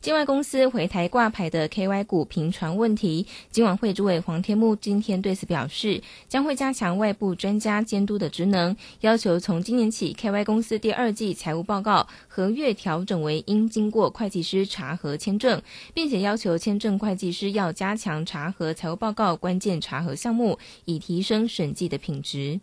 境外公司回台挂牌的 KY 股频传问题，今晚会主委黄天木今天对此表示，将会加强外部专家监督的职能，要求从今年起，KY 公司第二季财务报告合月调整为应经过会计师查核签证，并且要求签证会计师要加强查核财务报告关键查核项目，以提升审计的品质。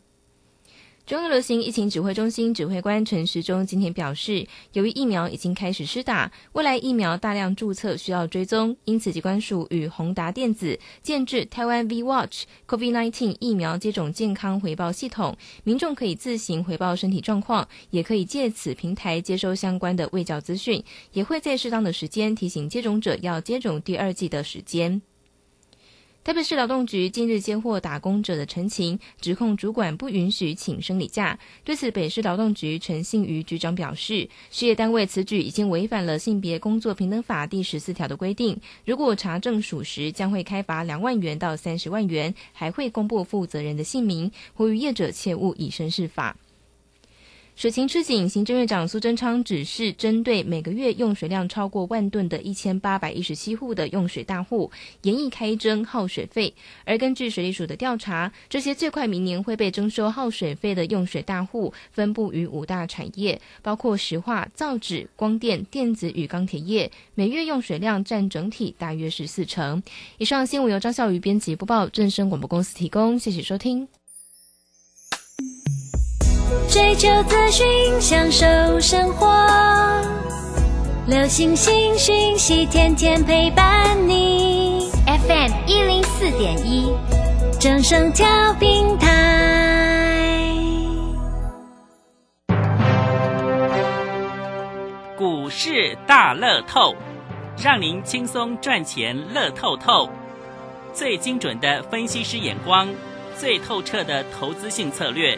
中央流行疫情指挥中心指挥官陈时中今天表示，由于疫苗已经开始施打，未来疫苗大量注册需要追踪，因此机关署与宏达电子建制台湾 V Watch COVID-19 疫苗接种健康回报系统，民众可以自行回报身体状况，也可以借此平台接收相关的卫教资讯，也会在适当的时间提醒接种者要接种第二剂的时间。台北市劳动局近日接获打工者的陈情，指控主管不允许请生理假。对此，北市劳动局陈信瑜局长表示，事业单位此举已经违反了《性别工作平等法》第十四条的规定，如果查证属实，将会开罚两万元到三十万元，还会公布负责人的姓名。呼吁业者切勿以身试法。水情吃紧，行政院长苏贞昌指示，针对每个月用水量超过万吨的一千八百一十七户的用水大户，严议开征耗水费。而根据水利署的调查，这些最快明年会被征收耗水费的用水大户，分布于五大产业，包括石化、造纸、光电、电子与钢铁业，每月用水量占整体大约是四成。以上新闻由张笑瑜编辑播报，正声广播公司提供，谢谢收听。追求资讯，享受生活。流星星讯息，天天陪伴你。FM 一零四点一，正声调平台。股市大乐透，让您轻松赚钱乐透透。最精准的分析师眼光，最透彻的投资性策略。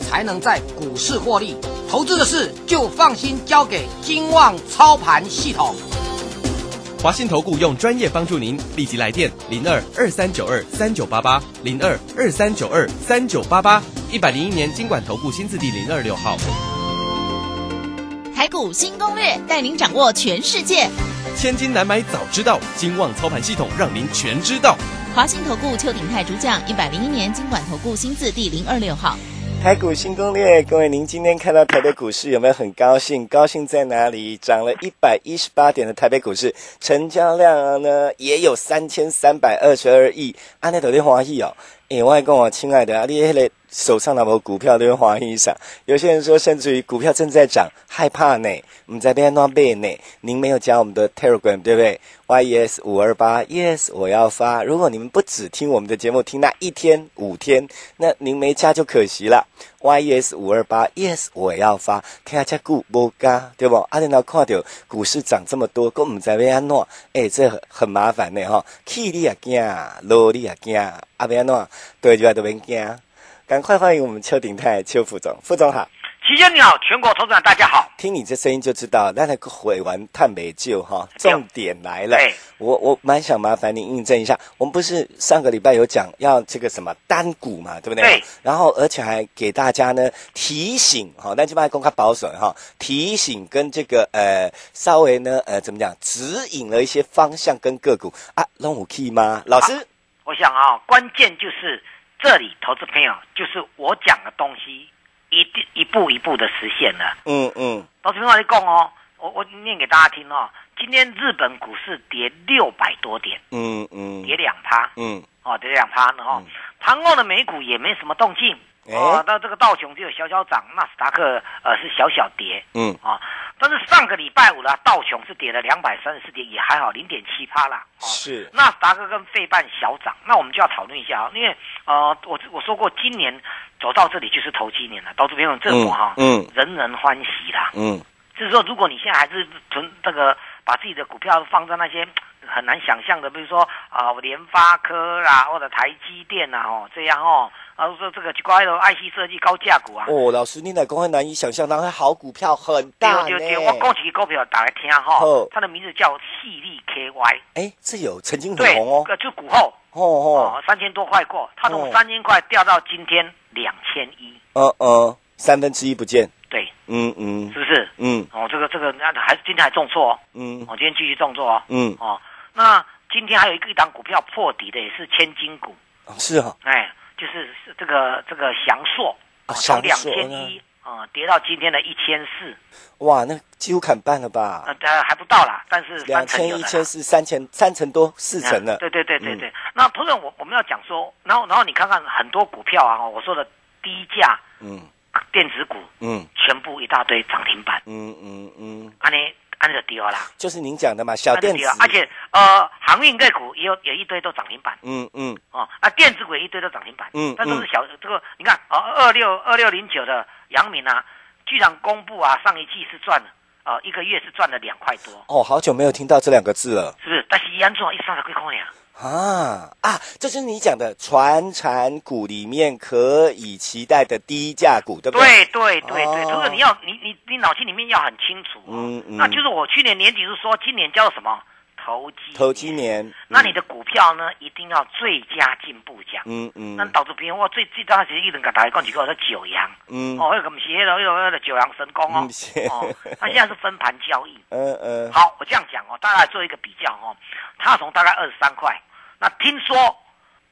才能在股市获利。投资的事就放心交给金旺操盘系统。华信投顾用专业帮助您，立即来电零二二三九二三九八八零二二三九二三九八八，一百零一年经管投顾新字第零二六号。台股新攻略，带您掌握全世界。千金难买早知道，金旺操盘系统让您全知道。华信投顾邱鼎泰主讲，一百零一年经管投顾新字第零二六号。台股新攻略，各位，您今天看到台北股市有没有很高兴？高兴在哪里？涨了一百一十八点的台北股市，成交量呢也有三千三百二十二亿，安内都在欢喜哦。诶，我还跟我亲爱的啊，你迄个手上那部股票都会欢喜上。有些人说，甚至于股票正在涨，害怕呢，我们在边乱背呢。您没有加我们的 Telegram 对不对？yes 五二八 yes 我要发。如果你们不只听我们的节目，听那一天五天，那您没加就可惜了。yes 五二八 yes 我要发，听下加股不加对不？啊，你那看到股市涨这么多，跟我们在边安诺，诶，这很麻烦呢哈。气你也惊，落你也惊，啊边安诺。对，就在这边讲，赶快欢迎我们邱鼎泰邱副总，副总好，齐杰你好，全国投资长大家好。听你这声音就知道，那那个毁完探美救哈，重点来了。哎我我蛮想麻烦您印证一下，我们不是上个礼拜有讲要这个什么单股嘛，对不对？对。然后而且还给大家呢提醒哈，那基本上公开保守哈，提醒跟这个呃稍微呢呃怎么讲，指引了一些方向跟个股啊，龙虎 key 吗？老师。我想啊、关键就是这里投资朋友就是我讲的东西，一定一步一步的实现了。嗯嗯，投资朋友你讲哦，我我念给大家听哦，今天日本股市跌六百多点，嗯嗯跌两趴，嗯哦，跌两趴呢哦，盘后的美股也没什么动静，哎哦，那这个道琼只有小小涨，纳斯达克呃是小小跌嗯，啊、但是上个礼拜五呢，道琼是跌了两百三十四点，也还好，零点七趴啦。哦、是纳斯达克跟费半小涨，那我们就要讨论一下啊，因为呃，我我说过，今年走到这里就是头七年了，到这边这嗯股哈，嗯人人欢喜啦。嗯，就是说，如果你现在还是存这个，把自己的股票放在那些嗯很难想象的，比如说啊、联发科啦，或者台积电啊，哦，这样哦，然后说这个乖的 IC 设计高价股啊，哦，老师，你哪公会难以想象，那会好股票很大对呢。对对，我讲几个股票打来听哈、好哦，它的名字叫细粒 KY，哎，这有曾经很对，红哦，呃就股后哦哦，哦，三千多块过，它哦从三千块掉到今天两千一，呃呃，三分之一不见，对，嗯嗯是不是？嗯哦，这个这个，那还是今天还重挫哦，嗯哦，今天继续重挫哦。嗯，哦，那今天还有一个一档股票破底的，也是千金股，哦是啊，哎，就是这个这个翔硕，啊哦从两翔硕嗯千一啊跌到今天的一千四，哇，那几乎砍半了吧？呃，当还不到啦，但是两三成有千、的一啦千四、三千、三成多、四成了嗯。对对对对对。那同样我我们要讲说，然后然后你看看很多股票啊，哦我说的低价嗯电子股嗯全部一大堆涨停板，啊嗯嗯嗯，安尼安着丢啦，就是您讲的嘛，小安着电子丢，，啊而且呃航运类股也有有一堆都涨停板。嗯嗯哦啊，电子股也一堆都涨停板，嗯但都是小这个，你看啊，二六二六零九的阳明啊，居然公布啊，上一季是赚了啊、一个月是赚了两块多，哦，好久没有听到这两个字了是不是？但是一安做一三十块空两，啊啊！这就是你讲的传产股里面可以期待的低价股，对不对？对对对对，哦所以你要你你你脑筋里面要很清楚、哦，嗯嗯那就是我去年年底是说今年叫什么投机头今，年，嗯那你的股票呢一定要最佳进步奖。嗯嗯那导致别人我最最早时一人甲大家讲一个叫九阳，嗯哦，那个不是那个那个那个九阳神功哦嗯是，哦，他现在是分盘交易。 嗯嗯好，我这样讲哦，大家做一个比较哦，它从大概二十三块，那听说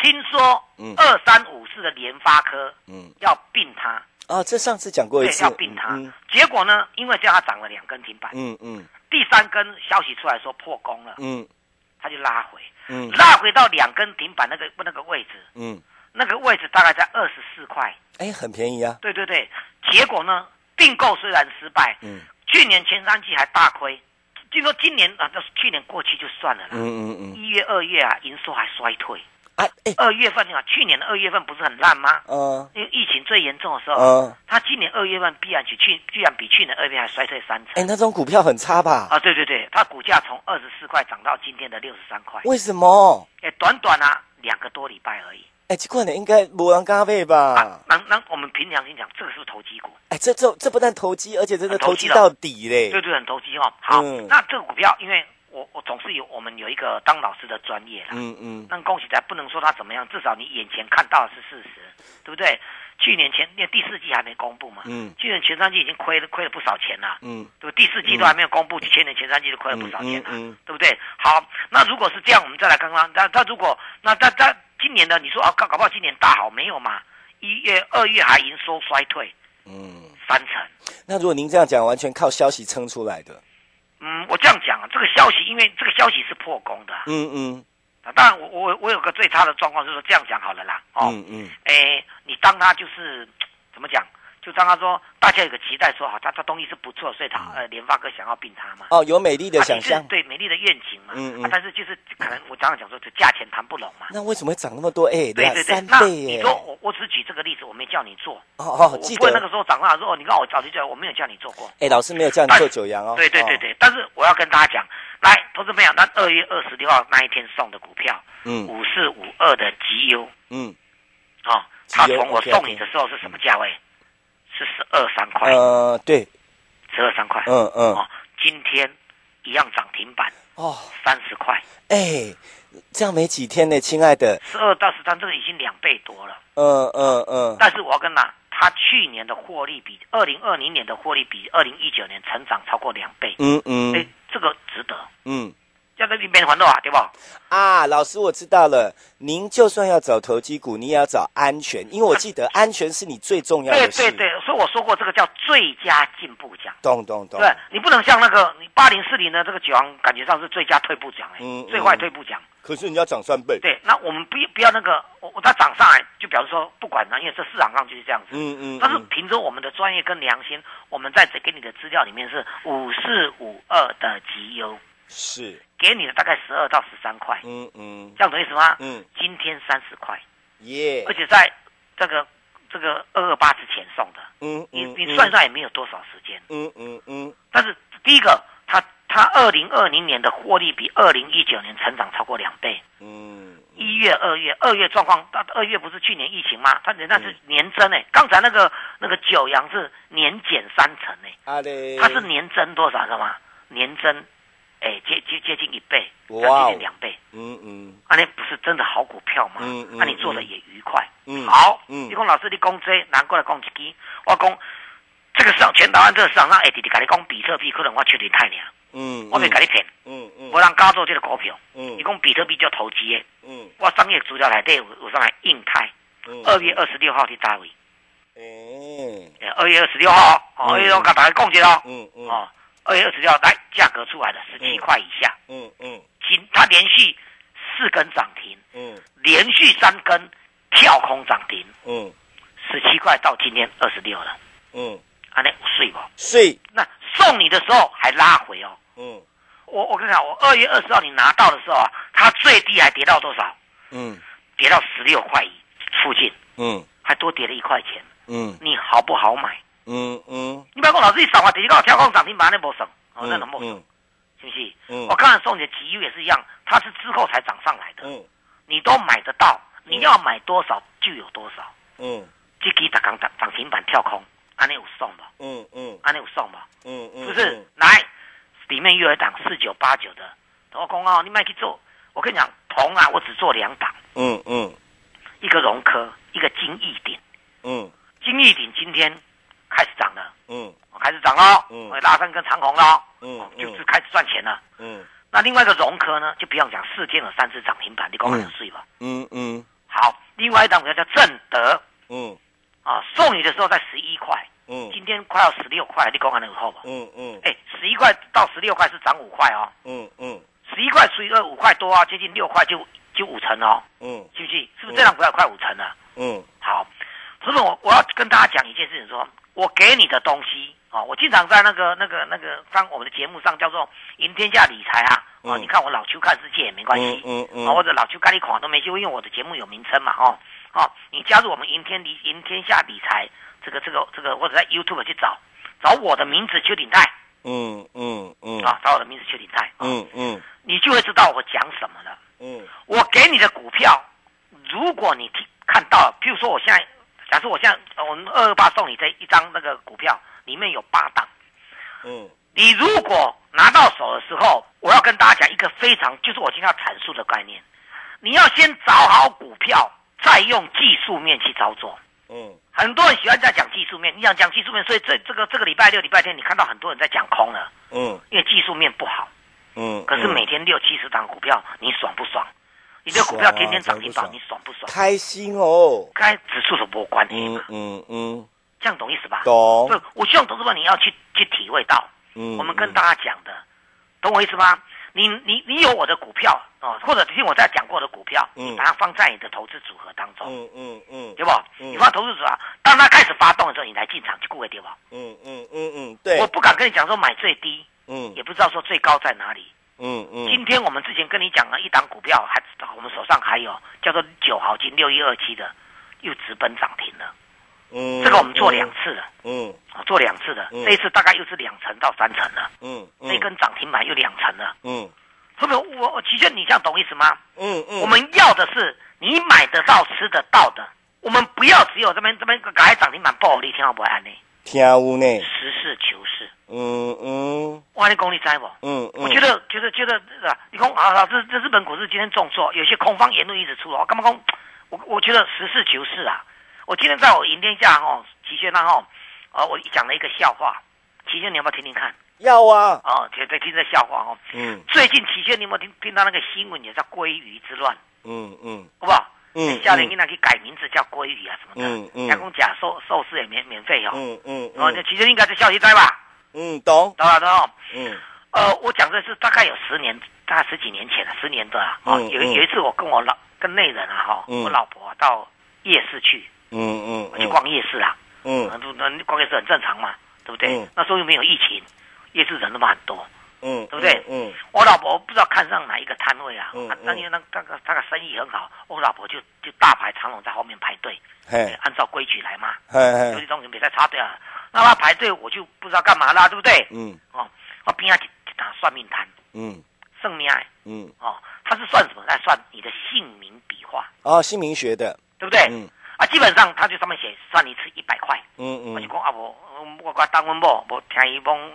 听说嗯二三五四的联发科嗯要并它，啊，这上次讲过一对，次，要并它嗯。结果呢，因为这样它涨了两根停板，嗯嗯第三根消息出来说破功了，嗯它就拉回，嗯拉回到两根停板那个那个位置，嗯，那个位置大概在二十四块。哎，很便宜啊，对对对，结果呢，并购虽然失败，嗯去年前三季还大亏，据说今年啊，那是去年过去就算了啦。嗯嗯嗯，一月、二月啊，营收还衰退。啊哎，二月份啊，去年的二月份不是很烂吗？嗯因为疫情最严重的时候，嗯，它今年二月份必然去去，居然比去年二月还衰退三哎，成。那种股票很差吧？啊，对对对，它股价从二十四块涨到今天的六十三块，为什么？哎，短短啊两个多礼拜而已啊哎，这款的应该无人敢买吧？那那我们凭良心讲，这个是不是投机股？哎，这这这不但投机，而且真的很投投机机的到底嘞。对对，很投机哦。好，嗯那这个股票，因为我我总是有我们有一个当老师的专业啦。嗯嗯那恭喜咱不能说它怎么样，至少你眼前看到的是事实，对不对？去年前那第四季还没公布嘛，嗯去年前三季已经亏了亏了不少钱了，嗯对不对？第四季都还没有公布，去年前三季就亏了不少钱了，嗯嗯嗯对不对？好，那如果是这样，我们再来看看，那那如果那那那今年的你说啊，搞搞不好今年大好没有嘛？一月、二月还营收衰退嗯。三成，那如果您这样讲，完全靠消息撑出来的。嗯，我这样讲啊，这个消息，因为这个消息是破功的啊，嗯嗯啊当然我我我有个最差的状况就是这样讲好了啦，哦，嗯嗯哎，你当他就是怎么讲？就当他说大家有个期待说，好，他他东西是不错，所以他呃联发科想要并他嘛，嗯哦，有美丽的啊想象就是。对美丽的愿景嘛，嗯嗯啊，但是就是可能我常常讲说，这价钱谈不拢嘛。那为什么会涨那么多？哎，对两对对，三那倍你耶！说我我只举这个例子，我没叫你做，哦我哦，记不会那个得。时候涨上来说，哦，你看我早就叫，我没有叫你做过。哎，老师没有叫你做九阳哦。对对对哦。对，但是我要跟大家讲，来，投资朋友，那二月二十六号那一天送的股票，嗯五四五二的集优嗯哦，他集优从我 OK，OK 送你的时候是什么价位？是十二三块，呃对，十二三块。嗯嗯哦，今天一样涨停板哦，三十块，哎，这样没几天呢，亲爱的。十二到十三，这个已经两倍多了。嗯嗯嗯。但是我要跟他，他去年的获利比二零二零年的获利比二零一九年成长超过两倍，嗯所嗯以哎这个值得。嗯。要在一边还的啊，对不？啊，老师，我知道了。您就算要找投机股，你也要找安全，因为我记得安全是你最重要对的事。啊对对，所以我说过这个叫最佳进步奖。懂懂懂。对你不能像那个你八零四零的这个奖，感觉上是最佳退步奖哎、嗯最坏退步奖。可是人家涨三倍。对，那我们不不要那个，我我它涨上来就表示说不管了，因为这市场上就是这样子。嗯嗯但是凭着我们的专业跟良心，我们在给你的资料里面是五四五二的绩优，是，给你的大概十二到十三块，嗯嗯这样懂意思吗？嗯，今天三十块，耶而，且在这个这个二二八之前送的，嗯你嗯你嗯算一算也没有多少时间。嗯嗯嗯，但是第一个，它它二零二零年的获利比二零一九年成长超过两倍。嗯一月、二月，二月状况，到二月不是去年疫情吗？它那嗯是年增诶、刚才那个那个九阳是年减三成诶、啊嘞，它是年增多少个嘛？年增，诶、哎接接接近一倍，哇哦将近两倍，嗯嗯啊，那不是真的好股票吗？嗯嗯那、你做的也愉快。嗯，好，嗯你讲老师，你讲这难过来讲一支，我讲这个市场全台湾这个市场上，哎，弟弟跟你讲比特币，可能我确定太娘，嗯，我没跟你骗，嗯嗯，无人敢做这个股票。嗯你讲比特币叫投机的，嗯我商业资料内底有有上来印开，嗯，二月二十六号去单位，哎，二月二十六号哦，嗯哦，二月我跟大家讲一下哦，嗯嗯哦，二月二十六号来价格出来了，十七块以下，嗯嗯今它连续四根涨停，嗯连续三根跳空涨停，嗯十七块到今天二十六了，嗯，安尼有水无？睡，那送你的时候还拉回哦。嗯我我跟你讲，我二月二十号你拿到的时候啊，它最低还跌到多少？嗯跌到十六块一附近，嗯还多跌了一块钱。嗯你好不好买？嗯嗯，你不要跟我老师一扫啊，等于我跳空涨停板那没省，哦，那能没省嗯？是不是？嗯我刚才送你的集优也是一样，它是之后才涨上来的，嗯你都买得到，你要买多少就有多少。嗯这给打刚涨涨停板跳空，安尼有送吧？嗯嗯安尼有送吧？嗯嗯，是不是？来，里面又有一档四九八九的，我讲哦，你卖去做。我跟你讲，铜啊，我只做两档，嗯嗯一个融科，一个金逸鼎。嗯金逸鼎今天开始涨了，嗯哦开始涨了，嗯我拉上跟长虹了，嗯哦嗯就是开始赚钱了。嗯那另外一个融科呢，就不用讲，四天有三只涨停板，你讲很嗯碎吧？嗯嗯好，另外一档股票叫正德嗯啊，送你的时候在十一块，嗯今天快要十六块，你讲还能好吧？嗯嗯哎，十一块到十六块是涨五块哦。嗯嗯十一块除以二五块多啊，接近六块就就五成哦，嗯是不是？是不是这样股票快五成了、啊嗯好，所以我我要跟大家讲一件事情说我给你的东西啊、哦我经常在那个那个那个上我们的节目上叫做“赢天下理财”啊，哦，嗯你看我老邱看世界也没关系，嗯嗯嗯啊，或者老邱咖喱狂都没修，因为我的节目有名称嘛，哦，哦，你加入我们“赢天理赢天下理财”这个这个这个，或者在 YouTube 去找找我的名字邱鼎泰嗯嗯嗯啊，找我的名字邱鼎泰，啊嗯嗯你就会知道我讲什么了。嗯我给你的股票，如果你听看到了，譬如说我现在，假设我现在呃我们二二八送你这一张那个股票，里面有八档，嗯你如果拿到手的时候，我要跟大家讲一个非常，就是我今天要阐述的概念，你要先找好股票，再用技术面去操作。嗯很多人喜欢在讲技术面，你想讲技术面，所以这这个这个礼拜六、礼拜天，你看到很多人在讲空了，嗯因为技术面不好。嗯，可是每天六七十档股票，你爽不爽？你的股票天天涨停爽啊板，你爽不爽？开心哦，该指数是无关系嗯嘛，嗯嗯，这样懂意思吧？懂对，我希望投资者你要去去体会到，嗯，我们跟大家讲的，懂我意思吗？你你你有我的股票哦，或者听我在讲过的股票，嗯你把它放在你的投资组合当中，嗯嗯嗯对不？嗯你放投资组合，当它开始发动的时候，你来进场去顾给对吧？嗯嗯嗯嗯，对我，不敢跟你讲说买最低，嗯也不知道说最高在哪里。嗯今嗯天我们之前跟你讲了一档股票，还我们手上还有叫做九豪金六一二七的，又直奔涨停了。嗯，这个我们做两次了，嗯啊做两次了。嗯这一次大概又是两成到三成了，嗯嗯，这一根涨停板又两成了。嗯后面我我齐轩，你这样懂意思吗？嗯嗯，我们要的是你买得到、吃得到的，我们不要只有这边这边赶快涨停板暴利，听到不会安呢？听有呢，实事求是，嗯嗯我跟你讲，你知不？嗯嗯，我觉得，觉得，觉得，啊，你讲啊，老师，这日本股市今天重挫，有些空方言论一直出来，哦我干嘛讲？我我觉得实事求是啊。我今天在我银天下哦，齐轩那哦，啊，我讲了一个笑话，齐轩你要不要听听看？要啊，哦，听在听这笑话哦。嗯最近齐轩你有没有听听到那个新闻也叫鲑鱼之乱，嗯嗯好不好？嗯夏令营那去改名字叫鲑鱼啊什么的，嗯嗯加工假寿寿司也免免费哦。嗯嗯，哦，那齐轩应该是消息在吧？嗯懂，懂了懂了。嗯呃，我讲的是大概有十年，大概十几年前了，十年的啊。哦嗯有嗯有一次我跟我老跟内人啊哈、嗯我老婆啊到夜市去，嗯嗯，去逛夜市啊啦。嗯，那那逛夜市很正常嘛，对不对？嗯那时候又没有疫情，夜市人他妈很多。嗯，对不对嗯我老婆不知道看上哪一个摊位啊，嗯啊当年那那个他的生意很好，我老婆就就大排长龙在后面排队，嘿，按照规矩来嘛，嘿有一嘿，种人别再插队啊，那他排队我就不知道干嘛啦，对不对？嗯哦，我边上一一打算命摊，嗯算命的嗯，哦，他是算什么？来算你的姓名笔画，哦，姓名学的，对不对？嗯啊，基本上他就上面写算你吃一百块，嗯我就嗯，讲啊，我我我当阮某，无听伊蒙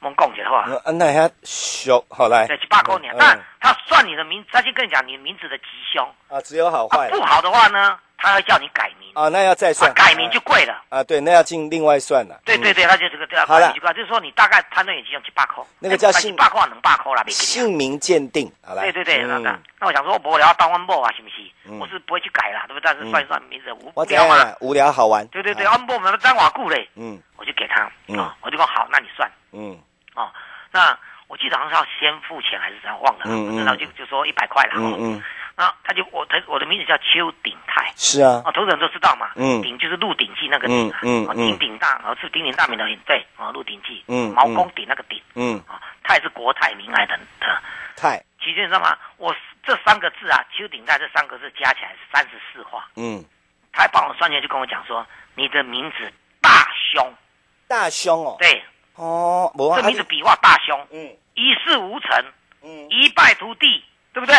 蒙讲一下好啊。啊，那还熟，好来对，，七八勾年，嗯那嗯他算你的名，他先跟你讲你名字的吉凶，啊，只有好啊坏，不好的话呢，他要叫你改名，啊，那要再啊算，改名就贵了。啊，对，那要进另外算了，对对嗯，对，他就这个对啊，好了改名就贵，就是说你大概判断也就要七八口，那个叫姓七八块能八块啦，别给姓名鉴定，好来，对对对，那那嗯那我想说，我聊当官报啊，行不行嗯？我是不会去改啦，对不对？但是算一算名字无我无怎样聊嘛啊，？无聊好玩，对对对，啊，安报我们张瓦固嘞，嗯我就给他嗯啊，我就说好，那你算嗯哦。那我记得好像是要先付钱还是怎样，忘了，嗯嗯然后就就说一百块了嗯哦。嗯，那他就我他我的名字叫邱鼎泰是啊，啊，投资人都知道嘛，嗯鼎就是《鹿鼎记》那个鼎啊，嗯嗯啊嗯鼎鼎大啊是鼎鼎大名的鼎，对啊，《鹿鼎记》嗯毛公鼎那个鼎嗯，啊，他也是国泰民安的呃的。太，其实你知道吗？我这三个字啊，邱鼎泰这三个字加起来是三十四画，嗯，他还帮我算起来就跟我讲说，你的名字大凶，大凶哦，对，哦，我这名字笔画大凶，嗯一事无成，嗯，一败涂地，对不对？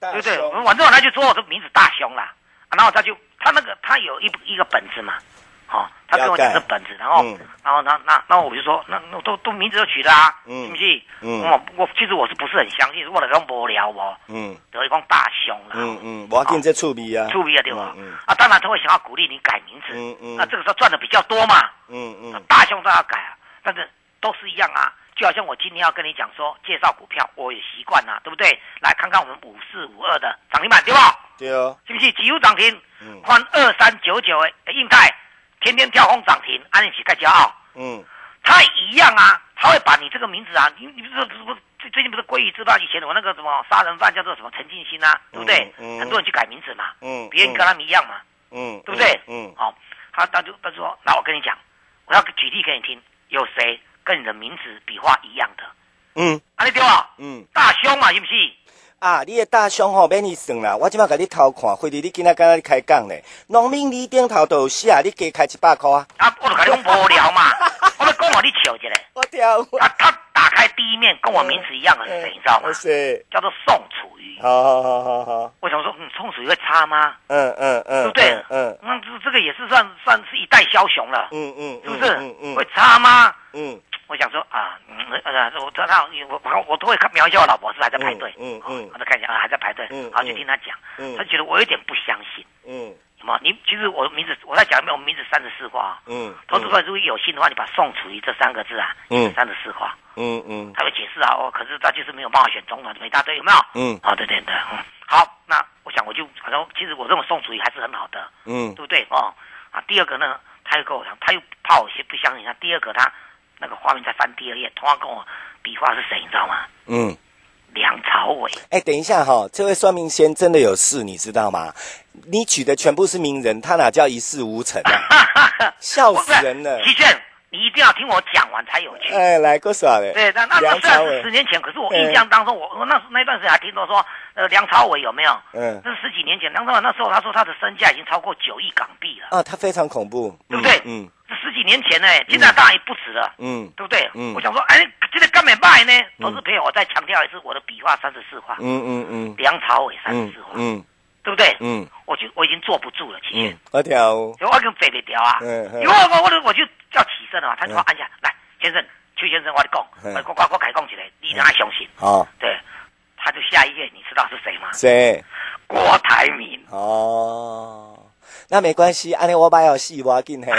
大对凶不对？反正他就说我这名字大凶啦，啊然后他就他那个他有一一个本子嘛，好、哦，他跟我讲了解这本子，然后、嗯然后那那那我就说那那都都名字都取的啊，嗯是不是？嗯我我其实我是不是很相信？我来讲无聊哦，嗯得一讲大凶啦，嗯嗯，我要进这触笔啊，注意啊对吧？嗯啊，当然他会想要鼓励你改名字，嗯嗯那这个时候赚的比较多嘛，嗯嗯那嗯，大凶都要改啊，但是都是一样啊。就好像我今天要跟你讲说介绍股票，我也习惯啊啦，对不对？来看看我们五四五二的涨停板对吧？对哦，是不是几乎涨停嗯？换二三九九的印泰，天天跳空涨停，安利起该骄傲。嗯他一样啊，他会把你这个名字啊，你你不是不是最最近不是鲑鱼之乱以前我那个什么杀人犯叫做什么陈进兴啊，对不对？嗯嗯很多人去改名字嘛，嗯，别人跟他们一样嘛。嗯，嗯对不对？嗯好、他他就他就说，那我跟你讲，我要举例给你听，有谁跟你的名字笔画一样的？嗯啊，你对吧？嗯大凶嘛，是不是？啊，你的大胸吼免你算啦，我即马甲你偷看，或者你今仔敢若你开讲咧，农民你顶头都有写，你加开一百箍啊，啊，我就跟你讲无 聊嘛，我就讲我你笑一下。我跳舞，他他打开第一面跟我名字一样的是谁，你知道吗我？是，叫做宋楚瑜。好好好好好，我想说，嗯，宋楚瑜会差吗？嗯嗯嗯，对不对？嗯嗯，这这个也是算算是一代枭雄了，嗯嗯，是不是？嗯嗯会差吗？嗯我想说啊，嗯呃，我他他我我我都会看瞄一下我老婆是不是还在排队，嗯嗯嗯我再看一下啊还在排队，嗯然后就听他讲，嗯他觉得我有点不相信，嗯什么？你其实我的名字我在讲一遍，我名字三十四画啊，嗯，投资者如果有心的话，你把宋楚瑜这三个字啊，嗯三十四画，嗯嗯他会解释啊，哦，可是他就是没有办法选总统，怎么一大堆，有没有？嗯好、对对对，嗯，好，那我想我就反正其实我认为宋楚瑜还是很好的，嗯对不对？哦，啊，第二个呢，他又跟我讲，他又怕我先不相信他。第二个他那个画面再翻第二页，同样跟我比划是谁，你知道吗？嗯。梁朝伟。哎，等一下哈、这位算命先真的有事，你知道吗？你娶的全部是名人，他哪叫一事无成啊？ 笑死人了！齐炫，你一定要听我讲完才有趣。哎，来，够耍嘞！对，那那那梁虽朝然是十伟，哎年前，可是我印象当中，我我那那段时间还听到说，呃，梁朝伟有没有？嗯，那是十几年前，梁朝伟那时候他说他的身价已经超过九亿港币了，啊，他非常恐怖，对不对？嗯这十几年前呢，现在当然也不止了。嗯对不对？嗯我想说，哎，这个干美卖呢？投资朋友，我再强调一次，我的笔画三十四画，嗯嗯嗯梁朝伟三嗯十四画，嗯对不对？嗯我就我已经坐不住了，其实嗯，，我跳舞，所以我跟肥肥聊啊，嗯嗯因为我我就我就要起身了嘛，他就说嗯按下来，先生，邱先生，我跟你讲，呃嗯我我我跟你讲起来，你一定要相信，好，对。他就下一页，你知道是谁吗？谁？郭台铭。哦，那没关系，安尼我把要戏挖进 嘿。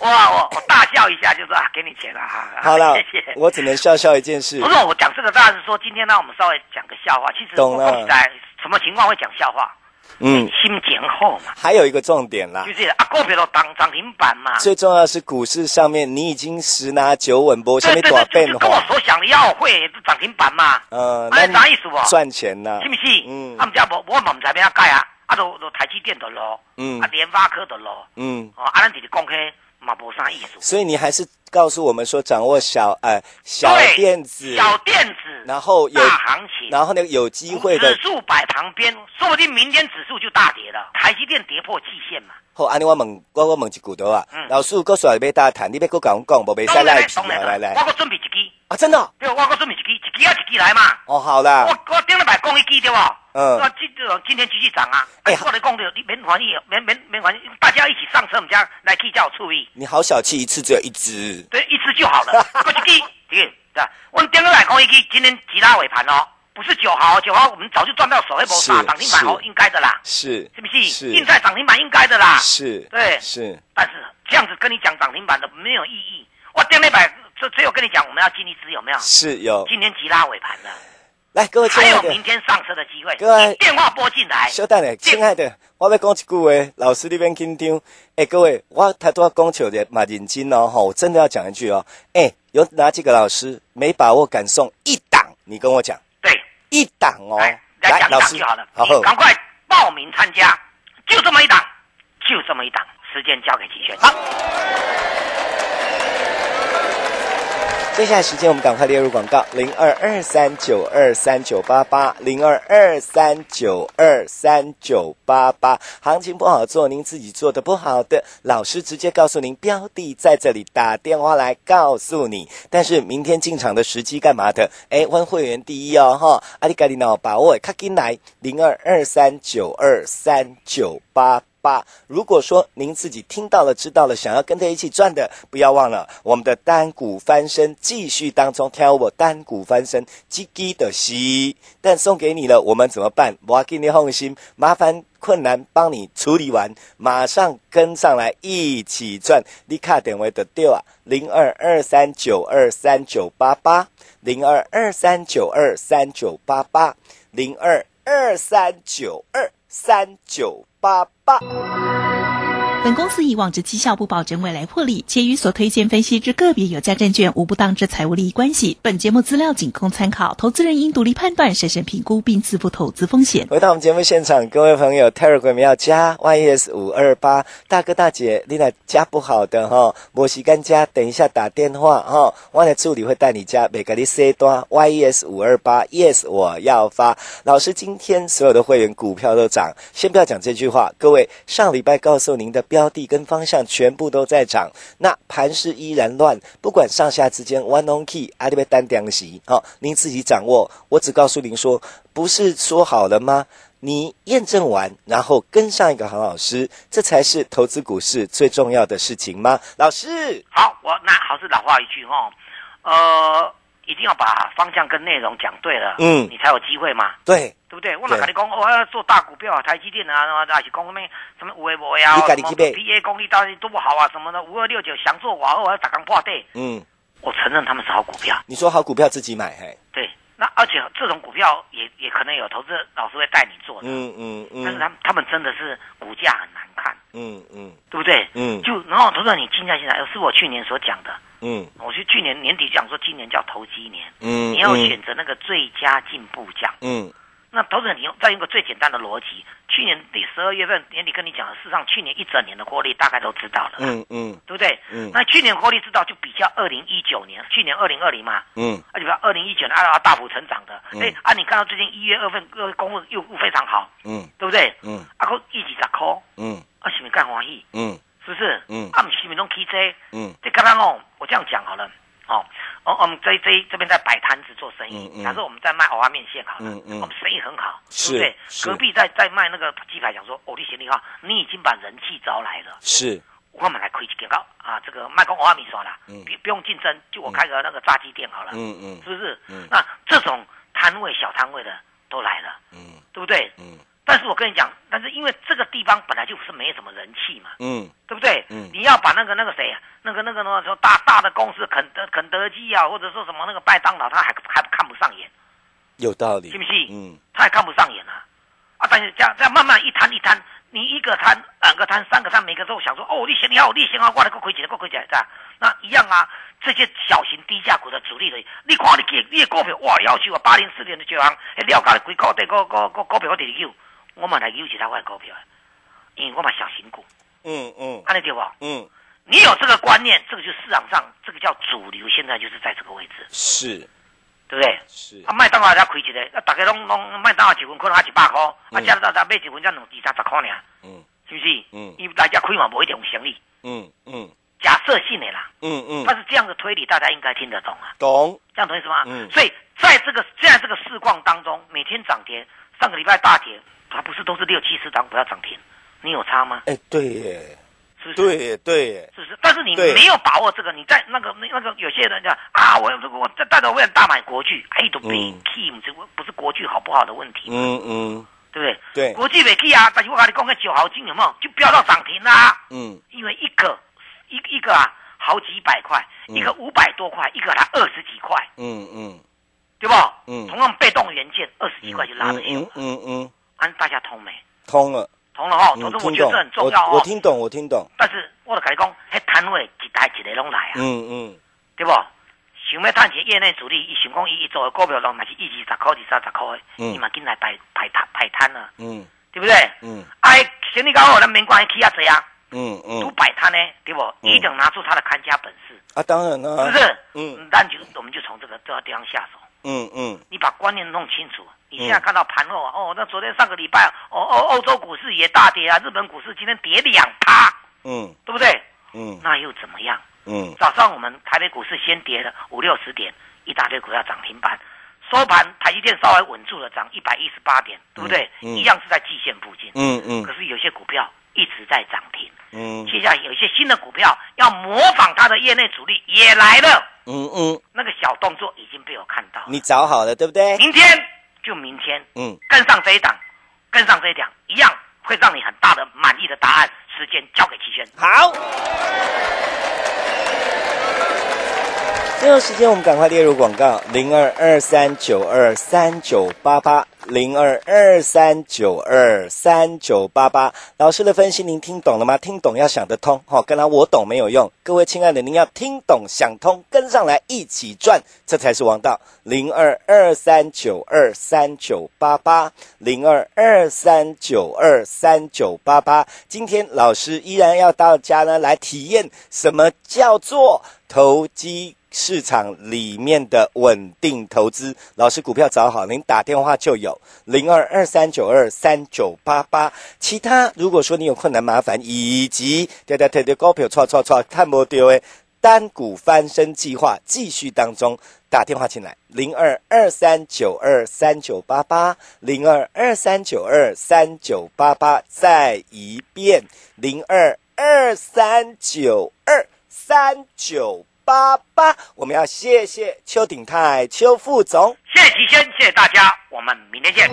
哇，我我大笑一下，就说啊，给你钱了啊。啊好了谢谢，。我只能笑笑一件事不。是我讲这个，当然是说今天呢，我们稍微讲个笑话。其实懂了我讲起来，什么情况会讲笑话？嗯，心情好嘛，还有一个重点啦就。是啊，股票都涨涨停板嘛。最重要的是股市上面你已经十拿九稳，波下对面对大对，就变就跟我化，所想的要会涨停板嘛，呃，哎那啥意思不？赚钱呐、是不是？嗯啊，毋知无我嘛毋知要安怎改啊。啊，都都台积电的咯，嗯啊，联发科的咯，嗯，哦，啊，咱直直讲迄嘛无啥意思。所以你还是告诉我们说，掌握小呃小对电子，小电子，然后有大行情，然后呢有机会的指数摆旁边，说不定明天指数就大跌了。台积电跌破季线嘛，好，安尼我问，我我问一句多啊，嗯老师有告诉我要大谈，你要搁甲阮讲，无袂使赖皮当啊，然来了来我搁准备一支，啊，真的哦对，我搁准备一支，一支啊一支来嘛。哦，好啦，我我顶礼拜讲一支对不？嗯那今今天继续涨啊！哎哎呀，我来讲的，你免怀疑，免免免怀疑，大家一起上车，我们家来去叫注意，你好小气，一次只有一只，对，一支 就好了，过去支，对，对吧？我们顶礼拜讲一支，今天急拉尾盘哦，不是九号哦，九号我们早就赚到手，一波是杀涨停板哦，是应该的啦，是是不是？是印在涨停板应该的啦，是，对是，但是这样子跟你讲涨停板的没有意义。我顶礼拜只只有跟你讲我们要进一支有没有？是有，今天急拉尾盘了，来各位亲还爱有的明，天上车的机会。各位你电话拨进来。稍等下，亲爱的，我要讲一句话，老师你免紧张，哎、各位，我他都要讲求的嘛认真哦，吼，我真的要讲一句哦，哎、有哪几个老师没把握敢送一档？你跟我讲对，一档哦，来来讲一老档师就好了，，好你赶快报名参加，就这么一档，就这么一档，时间交给齐轩。好，接下来时间，我们赶快列入广告：零二二三九二三九八八，零二二三九二三九八八。行情不好做，您自己做的不好的，老师直接告诉您，标的在这里，打电话来告诉你。但是明天进场的时机干嘛的？哎，问会员第一哦，哈，阿里嘎里脑把握，卡进来，零二二三九二三九八八。八。如果说您自己听到了、知道了，想要跟着一起赚的，不要忘了我们的单股翻身继续当中挑我单股翻身叽叽的西，但送给你了，我们怎么办？我要给你放心，麻烦。困难帮你处理完，马上跟上来一起赚。你卡点位的掉啊，零二二三九二三九八八，零二二三九二三九八八，零二二三九二三九八八。本公司以往之绩效不保证未来获利，且与所推荐分析之个别有价证券无不当之财务利益关系。本节目资料仅供参考，投资人应独立判断、审慎评估并自负投资风险。回到我们节目现场，各位朋友，Telegram 要加 YS 五二八，大哥大姐，你来加不好的哈，没时间加，等一下打电话哈，我的助理会带你加，每个你 C 端 YS E 五二八，Yes 我要发。老师今天所有的会员股票都涨，先不要讲这句话，各位上礼拜告诉您的标的跟方向全部都在涨，那盘势依然乱，不管上下之间 one on key，阿里贝单两席，好、您自己掌握。我只告诉您说，不是说好了吗？你验证完，然后跟上一个好老师，这才是投资股市最重要的事情吗？老师，好，我那还是老话一句哈，呃，一定要把方向跟内容讲对了，嗯你才有机会嘛，对，对不对？我哪对跟你讲，我要做大股票啊，台积电啊，还是讲什么什么五 A 五 A 啊，你自什己么去买 PA 功率到底多好啊，什么的，五二六九想做瓦我要打钢破对，嗯，我承认他们是好股票，你说好股票自己买，嘿，对，那而且这种股票也也可能有投资老师会带你做的，嗯嗯但嗯是他们他们真的是股价很难看，嗯嗯对不对？嗯就然后投资人你静下心来，是我去年所讲的，嗯我是去年年底讲说今年叫投机年，嗯，你要选择那个最佳进步奖。嗯，那投资人你用再用个最简单的逻辑，去年第十二月份年底跟你讲的，事实上去年一整年的获利大概都知道了，嗯嗯嗯对不对？嗯那去年获利知道就比较二零一九年，去年二零二零嘛，嗯而且二零一九年啊大幅成长的，嗯哎、啊，你看到最近一月、二份呃公布又非常好，嗯对不对？嗯啊，个一几十块，嗯啊，是不是干欢喜？嗯是不是？嗯啊，不是不是拢起这，嗯这刚刚哦，我这样讲好了，哦，哦，我们这这这边在摆摊子做生意，嗯嗯假设我们在卖蚵仔面线好了，哦嗯嗯我们生意很好，是对不对？是隔壁在在卖那个鸡排，讲说，哦，你行李好，你已经把人气招来了，是，我们来开一间搞啊，这个卖公蚵仔面线啦，嗯不不用竞争，就我开个那个炸鸡店好了，嗯嗯是不是？嗯那这种摊位小摊位的都来了，嗯对不对？嗯但是我跟你讲，但是因为这个地方本来就不是没什么人气嘛，嗯对不对？嗯你要把那个那个谁，那个那个呢，说大大的公司肯德肯德基啊，或者说什么那个麦当劳，他还还看不上眼，有道理，信不信？嗯他还看不上眼啊。啊，但是这样这样慢慢一摊一摊，你一个摊、两个摊、三个摊，每个都想说哦，你行你好，你行啊，我来够亏钱，够亏钱，是吧？那一样啊，这些小型低价股的主力的，你看你给你的股票哇，要求啊，八零四年的就行，那了解几个地个个个股票我第九，我嘛来有其他我的股票的，因为我嘛小新股，嗯嗯看得对不？嗯，你有这个观念，这个就是市场上这个叫主流，现在就是在这个位置，是对不对？是啊，，麦当劳才开一个，啊，大家拢拢麦当劳一份可能还一百块，啊，加到咱买一份才两二三十块尔，嗯是不是？嗯伊来家开嘛，无一定有生意，嗯嗯假设性的啦。嗯嗯他，是这样的推理，大家应该听得懂啊，懂，这样懂意思吗？嗯所以在这个现在这个市况当中，每天涨跌，上个礼拜大跌，它不是都是六七十档股票涨停，你有差吗？哎，对耶，是不是？对耶，对耶，是不是？但是你对没有把握这个，你在那个那那个有些人讲啊，我如果我带着我也大买国巨，哎，都没嗯 key，这个不是国巨好不好的问题，嗯嗯对不对？对国巨没 key 啊，但是我跟你讲，个九毫金有没有就飙到涨停啦、嗯因为一个一一个啊好几百块，一个五百多块，一个才二十几块，嗯嗯，对不？嗯同样被动元件二十几块就拉得嗯有嗯，嗯嗯，按啊大家通没？通了，通了哦，嗯总之我听觉得懂这很，重要我哦我。听懂，我听懂，但是我就跟你讲，迄摊位一台一个拢来啊，嗯嗯对不？想要赚钱，业内主力，伊想讲伊伊做的股票，拢嘛是一二十块、二三十块的，嗯伊嘛进来摆摆摊摆摊了，嗯对不对？嗯哎，行李高我咱民管起啊怎样？嗯都嗯，摆摊呢，对不？嗯一定拿出他的看家本事，啊，当然是了不，是？嗯，咱就我们就从这个这个地方下手。嗯嗯你把观念弄清楚。你现在看到盘后啊，哦，那昨天上个礼拜，哦，欧欧洲股市也大跌啊，日本股市今天跌两趴，嗯对不对？嗯那又怎么样？嗯早上我们台北股市先跌了五六十点，一大堆股票涨停板，收盘台积电稍微稳住了，涨一百一十八点，对不对？嗯嗯一样是在季线附近，嗯嗯可是有些股票一直在涨停。嗯接下来有一些新的股票要模仿它的业内主力也来了，嗯嗯，那个小动作已经被我看到了。你找好了对不对？明天就明天，嗯，跟上这一档，跟上这一档，一样会让你很大的满意的答案。时间交给齐轩。好。最后时间，我们赶快列入广告：零二二三九二三九八八，零二二三九二三九八八。老师的分析您听懂了吗？听懂要想得通，好、跟他我懂没有用。各位亲爱的，您要听懂、想通，跟上来一起赚，这才是王道。零二二三九二三九八八，零二二三九二三九八八。今天老师依然要到家呢，来体验什么叫做投机。市场里面的稳定投资，老师股票找好，您打电话就有零二二三九二三九八八。其他如果说你有困难麻烦，以及对对对对股票错错错看不丢诶，单股翻身计划继续当中，打电话进来零二二三九二三九八八零二二三九二三九八八，再一遍零二二三九二三九八八。我们要谢谢邱鼎泰邱副总。谢谢齐轩，谢谢大家，我们明天见。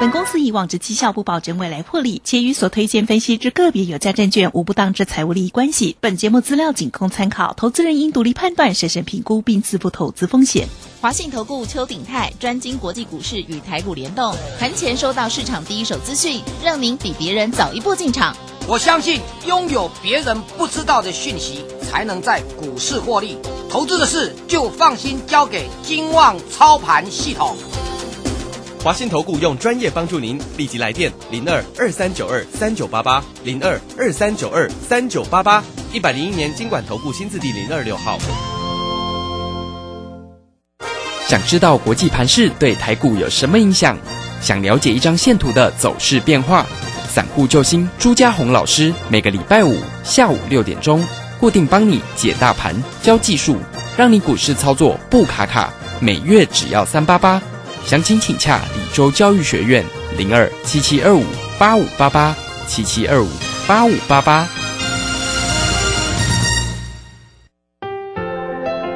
本公司以往之绩效不保证未来获利，且与所推荐分析之个别有价证券无不当之财务利益关系。本节目资料仅供参考，投资人应独立判断、审慎评估并自负投资风险。华信投顾邱鼎泰专精国际股市与台股联动，盘前收到市场第一手资讯，让您比别人早一步进场。我相信拥有别人不知道的讯息，才能在股市获利。投资的事就放心交给金旺操盘系统。华信投顾用专业帮助您，立即来电零二二三九二三九八八零二二三九二三九八八，一百零一年经管投顾新字第零二六号。想知道国际盘势对台股有什么影响？想了解一张线图的走势变化？散户救星朱家红老师每个礼拜五下午六点钟固定帮你解大盘、教技术，让你股市操作不卡卡，每月只要三八八。详情请洽李州教育学院零二七七二五八五八八七七二五八五八八。